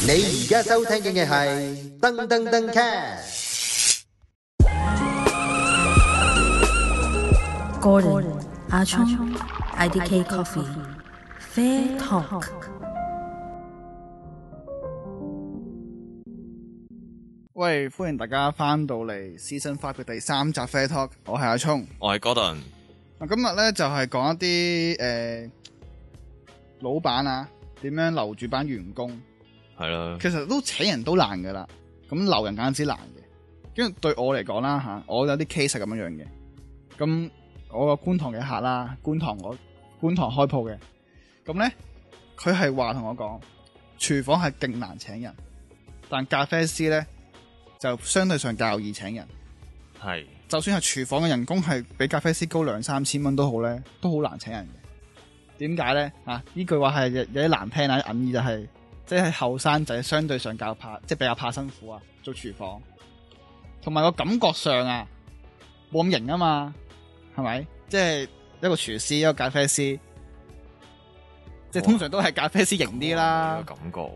你而家收聽嘅係噔噔噔 cast。 Gordon, Ah Chong, IDK Coffee, Fair Talk. 喂，歡迎大家翻到嚟 Season Five 嘅第三集 Fair Talk，我係阿聰。我係 Gordon，嗱，今日咧就係、講一啲誒、老闆啊，點樣留住班員工，係啦，其實都請人都難噶啦，咁留人簡直之難嘅。因為對我嚟講啦嚇，我有啲 case 係咁樣樣嘅。咁我個觀塘嘅客啦，觀塘我觀塘開鋪嘅，咁咧佢係話同我講，廚房係勁難請人，但咖啡師咧就相對上較易請人。係就算係廚房嘅人工係比咖啡師高兩三千蚊都好咧，都好難請人嘅。點解咧？啊，呢句話係有有啲難聽啊，啲隱意就係、即係後生仔相對上較怕，即係比較怕辛苦啊，做廚房，同埋個感覺上啊，冇咁型啊嘛，係咪？即係一個廚師，一個咖啡師，即係通常都係咖啡師型啲啦有。感覺喎。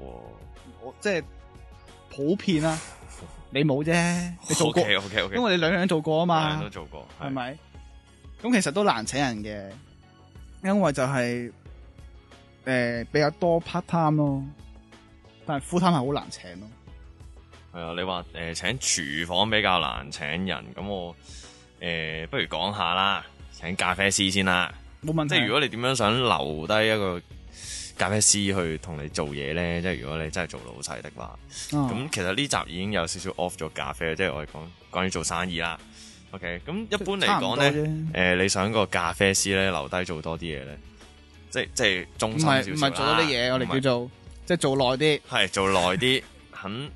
我即係普遍啊，你冇啫，你做過， OK OK OK，因為你兩樣都做過啊嘛。都做過，係？咪？咁其實都難請人嘅，因為就係、诶比較多 part time 咯，但係 full time 係好難請咯。係啊，你話誒請廚房比較難請人，咁我誒不如講下啦，請咖啡師先啦。冇問題。即係如果你點樣想留低一個咖啡師去同你做嘢咧，即係如果你真係做老細的話。咁、咁其實呢集已經有少少 off 咗咖啡，即係我哋講關於做生意啦。OK，咁一般嚟講咧，誒、呃你想個咖啡師咧留低做多啲嘢咧，即係即係唔中心少係唔少係做多啲嘢，我哋叫做即係做耐啲。做係做耐啲，肯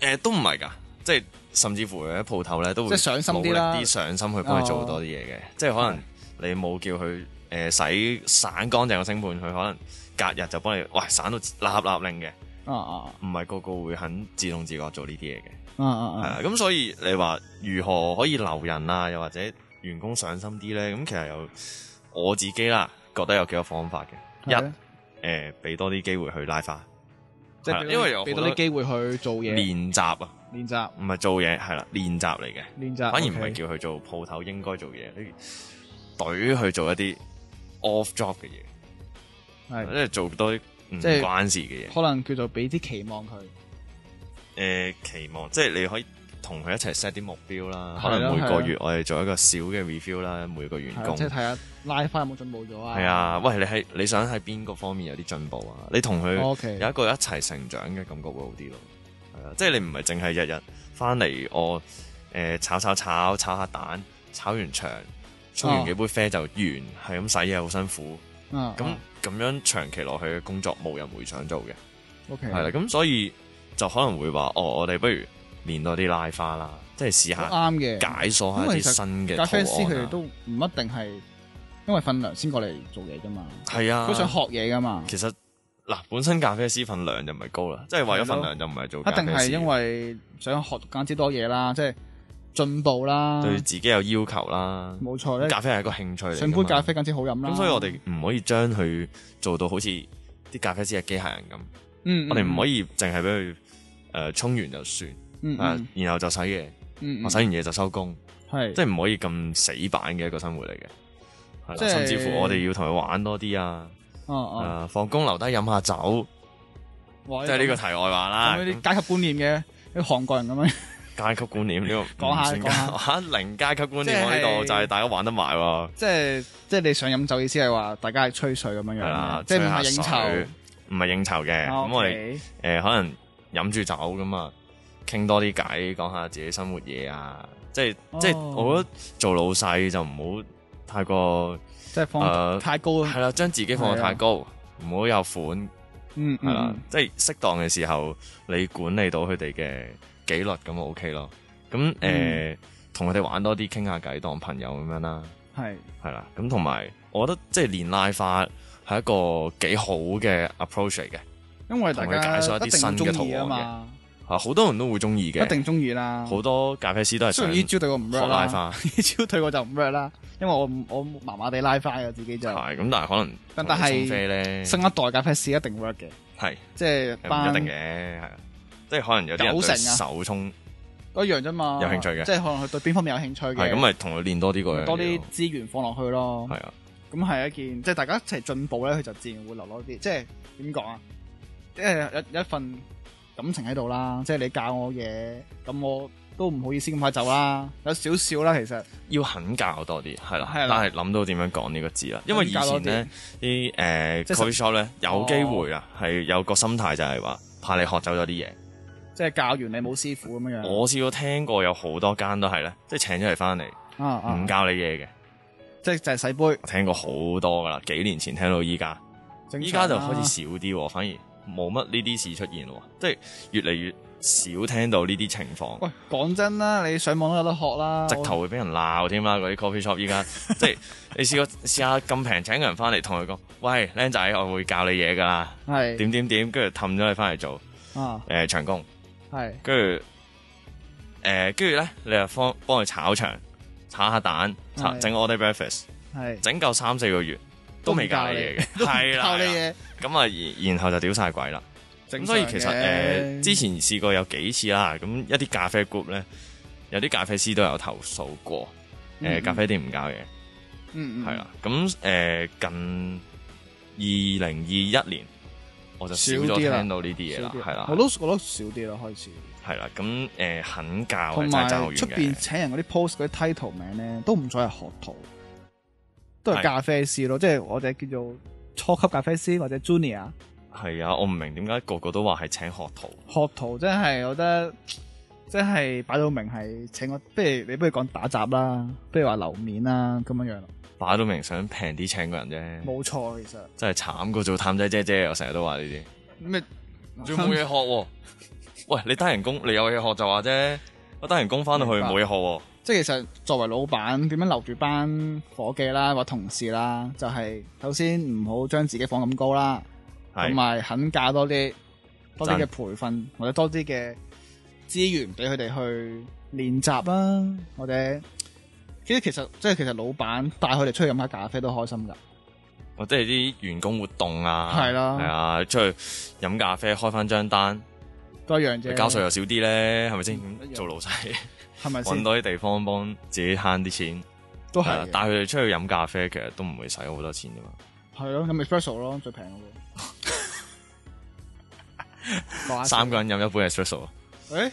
誒、都唔係㗎，即係甚至乎喺鋪頭咧都會即係上心啲啦哦努力啲上心去幫佢做多啲嘢嘅，即係可能你冇叫佢誒、洗散乾淨個星盤，佢可能隔日就幫你，喂散到立立令嘅，啊啊唔係個個會肯自動自覺做呢啲嘢嘅。啊啊係啊啊！咁所以你話如何可以留人啊，又或者員工上心啲咧？咁其實有我自己啦，覺得有幾個方法嘅。一係啊誒，俾、多啲機會去拉花，即係係俾多因為有好俾多多啲機會去做嘢、練習啊，練習、唔係做嘢，係啦，練習嚟嘅，練習。反而唔係啊 OK 叫佢做鋪頭應該做嘢，你隊去做一啲 off job 嘅嘢，係即係做多啲唔即係關事嘅嘢。可能叫做俾啲期望佢。誒、期望，即係你可以同佢一齊 set 啲目標啦。係啦可能每個係月我哋做一個小嘅 review 啦，每個員係啊工即係。睇下拉翻有冇進步咗啊！係啊，喂，你喺你想喺邊個方面有啲進步啊？你同佢，OK，有一個一齊成長嘅感覺會好啲咯。係啊，即係你唔係淨係日日翻嚟我誒、呃炒炒炒炒下蛋，炒完場，沖哦完幾杯啡就完，係咁洗嘢好辛苦。啊咁咁樣長期落去嘅工作冇人會想做嘅， OK 係啦。咁所以就可能會話，哦，我哋不如練多啲拉花啦，即係試都下啱嘅。解鎖下啊因為一其啲實新嘅咖啡師佢圖案哋啊都唔一定係因為份糧先過嚟做嘢噶嘛，係啊，佢想學嘢噶嘛，其實嗱，本身咖啡師份量就唔係高啦，即係為咗份量就唔係做一咖啡師定係因為想學更之多嘢啦，即係進步啦，對自己有要求啦。冇錯咧。咖啡係一個興趣嚟，上杯咖啡。更之好飲啦。咁所以我哋唔可以將佢做到好似啲咖啡師係機械人咁，嗯，嗯，我哋唔可以淨係俾佢誒沖完就算，嗯啊嗯然後就洗嘢，嗯，我洗完嘢就收工，係即係唔可以咁死板嘅一個生活嚟嘅。係啦即係甚至乎我哋要同佢玩多啲啊！哦哦，誒放工留低飲下酒，哇即係呢個題啊外話啦。咁樣啲階級觀念嘅，啲韓國人咁樣， 階級觀念呢個講下唔算講階嚇 零階級觀即係念，我呢度就係大家玩得埋喎，即係即係你想飲酒意思係話大家係吹水咁樣係樣啦嘅，，嗯即係唔係吹應下水酬。，哦唔係應酬嘅。咁我哋 OK 誒可能飲住酒咁啊，傾多啲偈，講下自己生活嘢啊，即係即係哦我覺得做老細就唔好太過即係放誒太高，呃係啦，將自己放到哦係啊太高，唔好有款嗯係啦嗯，即係適當嘅時候，你管理到佢哋嘅紀律咁就啊 OK 咯。咁嗯誒同佢哋玩多啲，傾下偈，當朋友咁樣啦。嗯係係啦，咁同埋我覺得即係練拉花係一個幾好嘅 approach 嚟嘅，因為大同家佢解鎖一啲一定新嘅中圖意啊案嘛，啊好多人都會中意嘅，一定中意啦。好多咖啡師都係雖想然呢招對我唔 work 學拉花啦，呢招對我就唔 work 啦，因為我唔我麻麻地拉花嘅自己就係咁，但係可能但但係同你沖啡咧新一代咖啡師一定 work 嘅，係即係唔班一定嘅，係啊即係可能有啲人九對成啊手沖一樣啫嘛。有興趣嘅即係可能佢對邊方面有興趣嘅，係咁咪同佢練多啲個樣嘢咯，多啲資源放落去咯。係啊，咁係一件，即係大家一齊進步咧，佢就自然會留多啲。即係點講啊？即係有有一份感情喺度啦。即係你教我嘢，咁我都唔好意思咁快走啦。有少少啦，其實要肯教多啲，係啦，係但啦係諗到點樣講呢個字啦，因為以肯教多前咧啲誒即係哦 coffee shop 咧有機會啊，係有個心態就係話怕你學走咗啲嘢。即係教完你冇師傅咁樣樣。我試過聽過有好多間都係咧，即係請咗嚟翻嚟啊啊唔，教你嘢嘅，即係就係洗杯。我聽過好多噶啦，幾年前聽到依家，正常啦啊依家就開始少啲喎，反而冇乜呢啲事出現喎，即係越嚟越少聽到呢啲情況，喂，講真啦，你上網都有得學啦。直頭會俾人鬧添啦，嗰啲 coffee shop 依 家，即係你試過試下咁平請個人翻嚟，同佢講，喂，僆仔，我會教你嘢噶啦，係點點點，跟住氹咗你翻嚟做誒、啊，呃、長工，係跟住誒跟住咧，你又幫幫佢炒場，炒下蛋，炒係整 all day breakfast。係整夠三四個月都未教你嘢嘅， 都唔係啦教你，嘢。咁啊，然然後就屌晒鬼啦。咁正所以常其嘅實誒、呃之前試過有幾次啦，咁一啲咖啡 group 咧，有啲咖啡師都有投訴過，誒、呃嗯嗯咖啡店唔教嘢，嗯嗯係啦、咁誒、呃近二零二一年我就少咗少啲啦聽到呢啲嘢少啦，啲係啦我，都我都少啲啦，開始。係啦，咁誒、呃肯教同係真埋係爭好遠出嘅，邊請人嗰啲 post 嗰啲 title 名咧，都唔再係學徒，都係咖啡師咯，即係我哋叫做初級咖啡師或者 junior 係啊，我唔明點解個個都話係請學徒，學徒，真係我覺得即係擺到明係請我，不如你不如講打雜啦，不如話樓面啦咁樣樣咯，擺到明想平啲請個人啫。冇錯其實真係慘過做探仔姐姐，我成日都話呢 啲，咩仲冇嘢學喎。喂，你低人工，你有嘢學就話啫。我低人工翻到去明白冇嘢學喎，即係其實作為老闆點樣留住班伙計啦或同事啦，就係、首先唔好將自己放咁高啦。同係埋肯教多啲多啲真嘅培訓，或者多啲嘅資源俾佢哋去練習啦，或者其實其實即係其實老闆帶佢哋出去飲下咖啡都開心㗎，或者係啲員工活動啊，係啦係啊，出去飲咖啡，開翻張單，都一樣啫。交税又少啲咧，係咪先？嗯一咁樣做老細，係咪搵先？多啲地方幫自己慳啲錢，都係啊係嘅帶佢哋出去飲咖啡，其實都唔會使好多錢噶嘛。係咯，咁 espresso 咯最 平嘅喎。三個人飲一杯 espresso，誒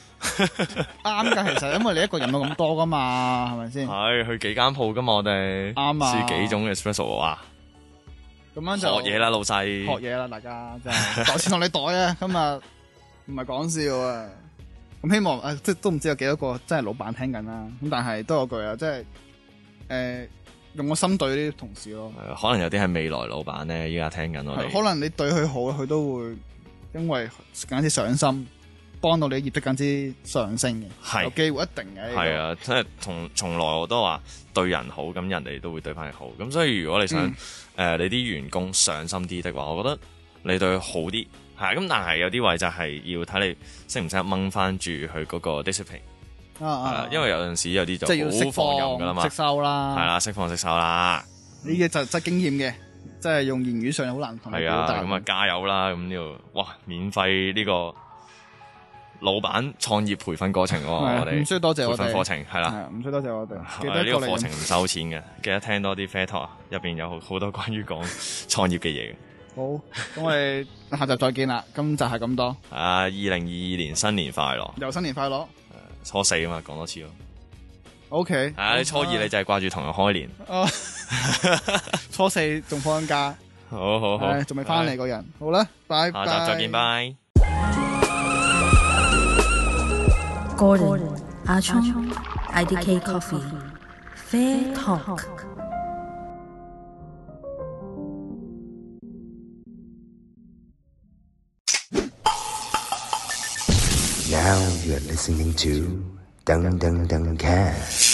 啱㗎，其實因為你一個人冇咁多㗎嘛，係咪先？係去幾間鋪噶嘛，我哋嗯啱啊試幾種 espresso 啊，咁樣學就嘢啦，老細，學嘢啦，大家真係 袋錢落你袋啊！今日唔係講笑啊！咁希望誒、呃即係都唔知有幾多個真係老闆聽緊啦。咁但係都有句啊，即係誒、呃用個心對啲同事咯。係啊可能有啲係未來老闆咧，依家聽緊我係哋。可能你對佢好，佢都會因為簡直上心，幫到你業績簡直上升嘅。係有機會一定嘅。呢個係，啊，即係同從來我都話對人好，咁人哋都會對翻你好。咁所以如果你想誒、嗯呃你啲員工上心啲的話，我覺得你對佢好啲係咁，但係有啲位就係要睇你識唔識得掹翻住佢嗰個 discipline，啊啊係啦啊，因為有陣時有啲即係要就識好放任噶啦放嘛，識係收啦。，啦，識放識手啦，呢啲就真係經驗嘅，即係用言語上好難同你係表啊，達。咁啊加油啦！咁呢度哇，免費呢個老闆創業培訓課程喎，係啊我哋唔需要多謝我哋培訓課程係啦。係啊唔需多謝我 哋，記係啊得呢個過嚟課用程唔收錢嘅，記得聽多啲 Fair Talk，入啊邊有好好多關於講創業嘅嘢嘅。好，咁我哋下集再見啦。今集係咁多，啊，二零二二年新年快樂，又新年快樂。初四啊嘛，講多次咯。 O K，係啊，你初二你就係掛住同人開年， 哦 初四仲放緊假，好好好唉，，仲未翻嚟個人。好啦，拜好拜，下集再見，。拜。 Gordon, Achong, IDK Coffee, Fair Talk. Now you're listening to Dung Dung Dung Cat.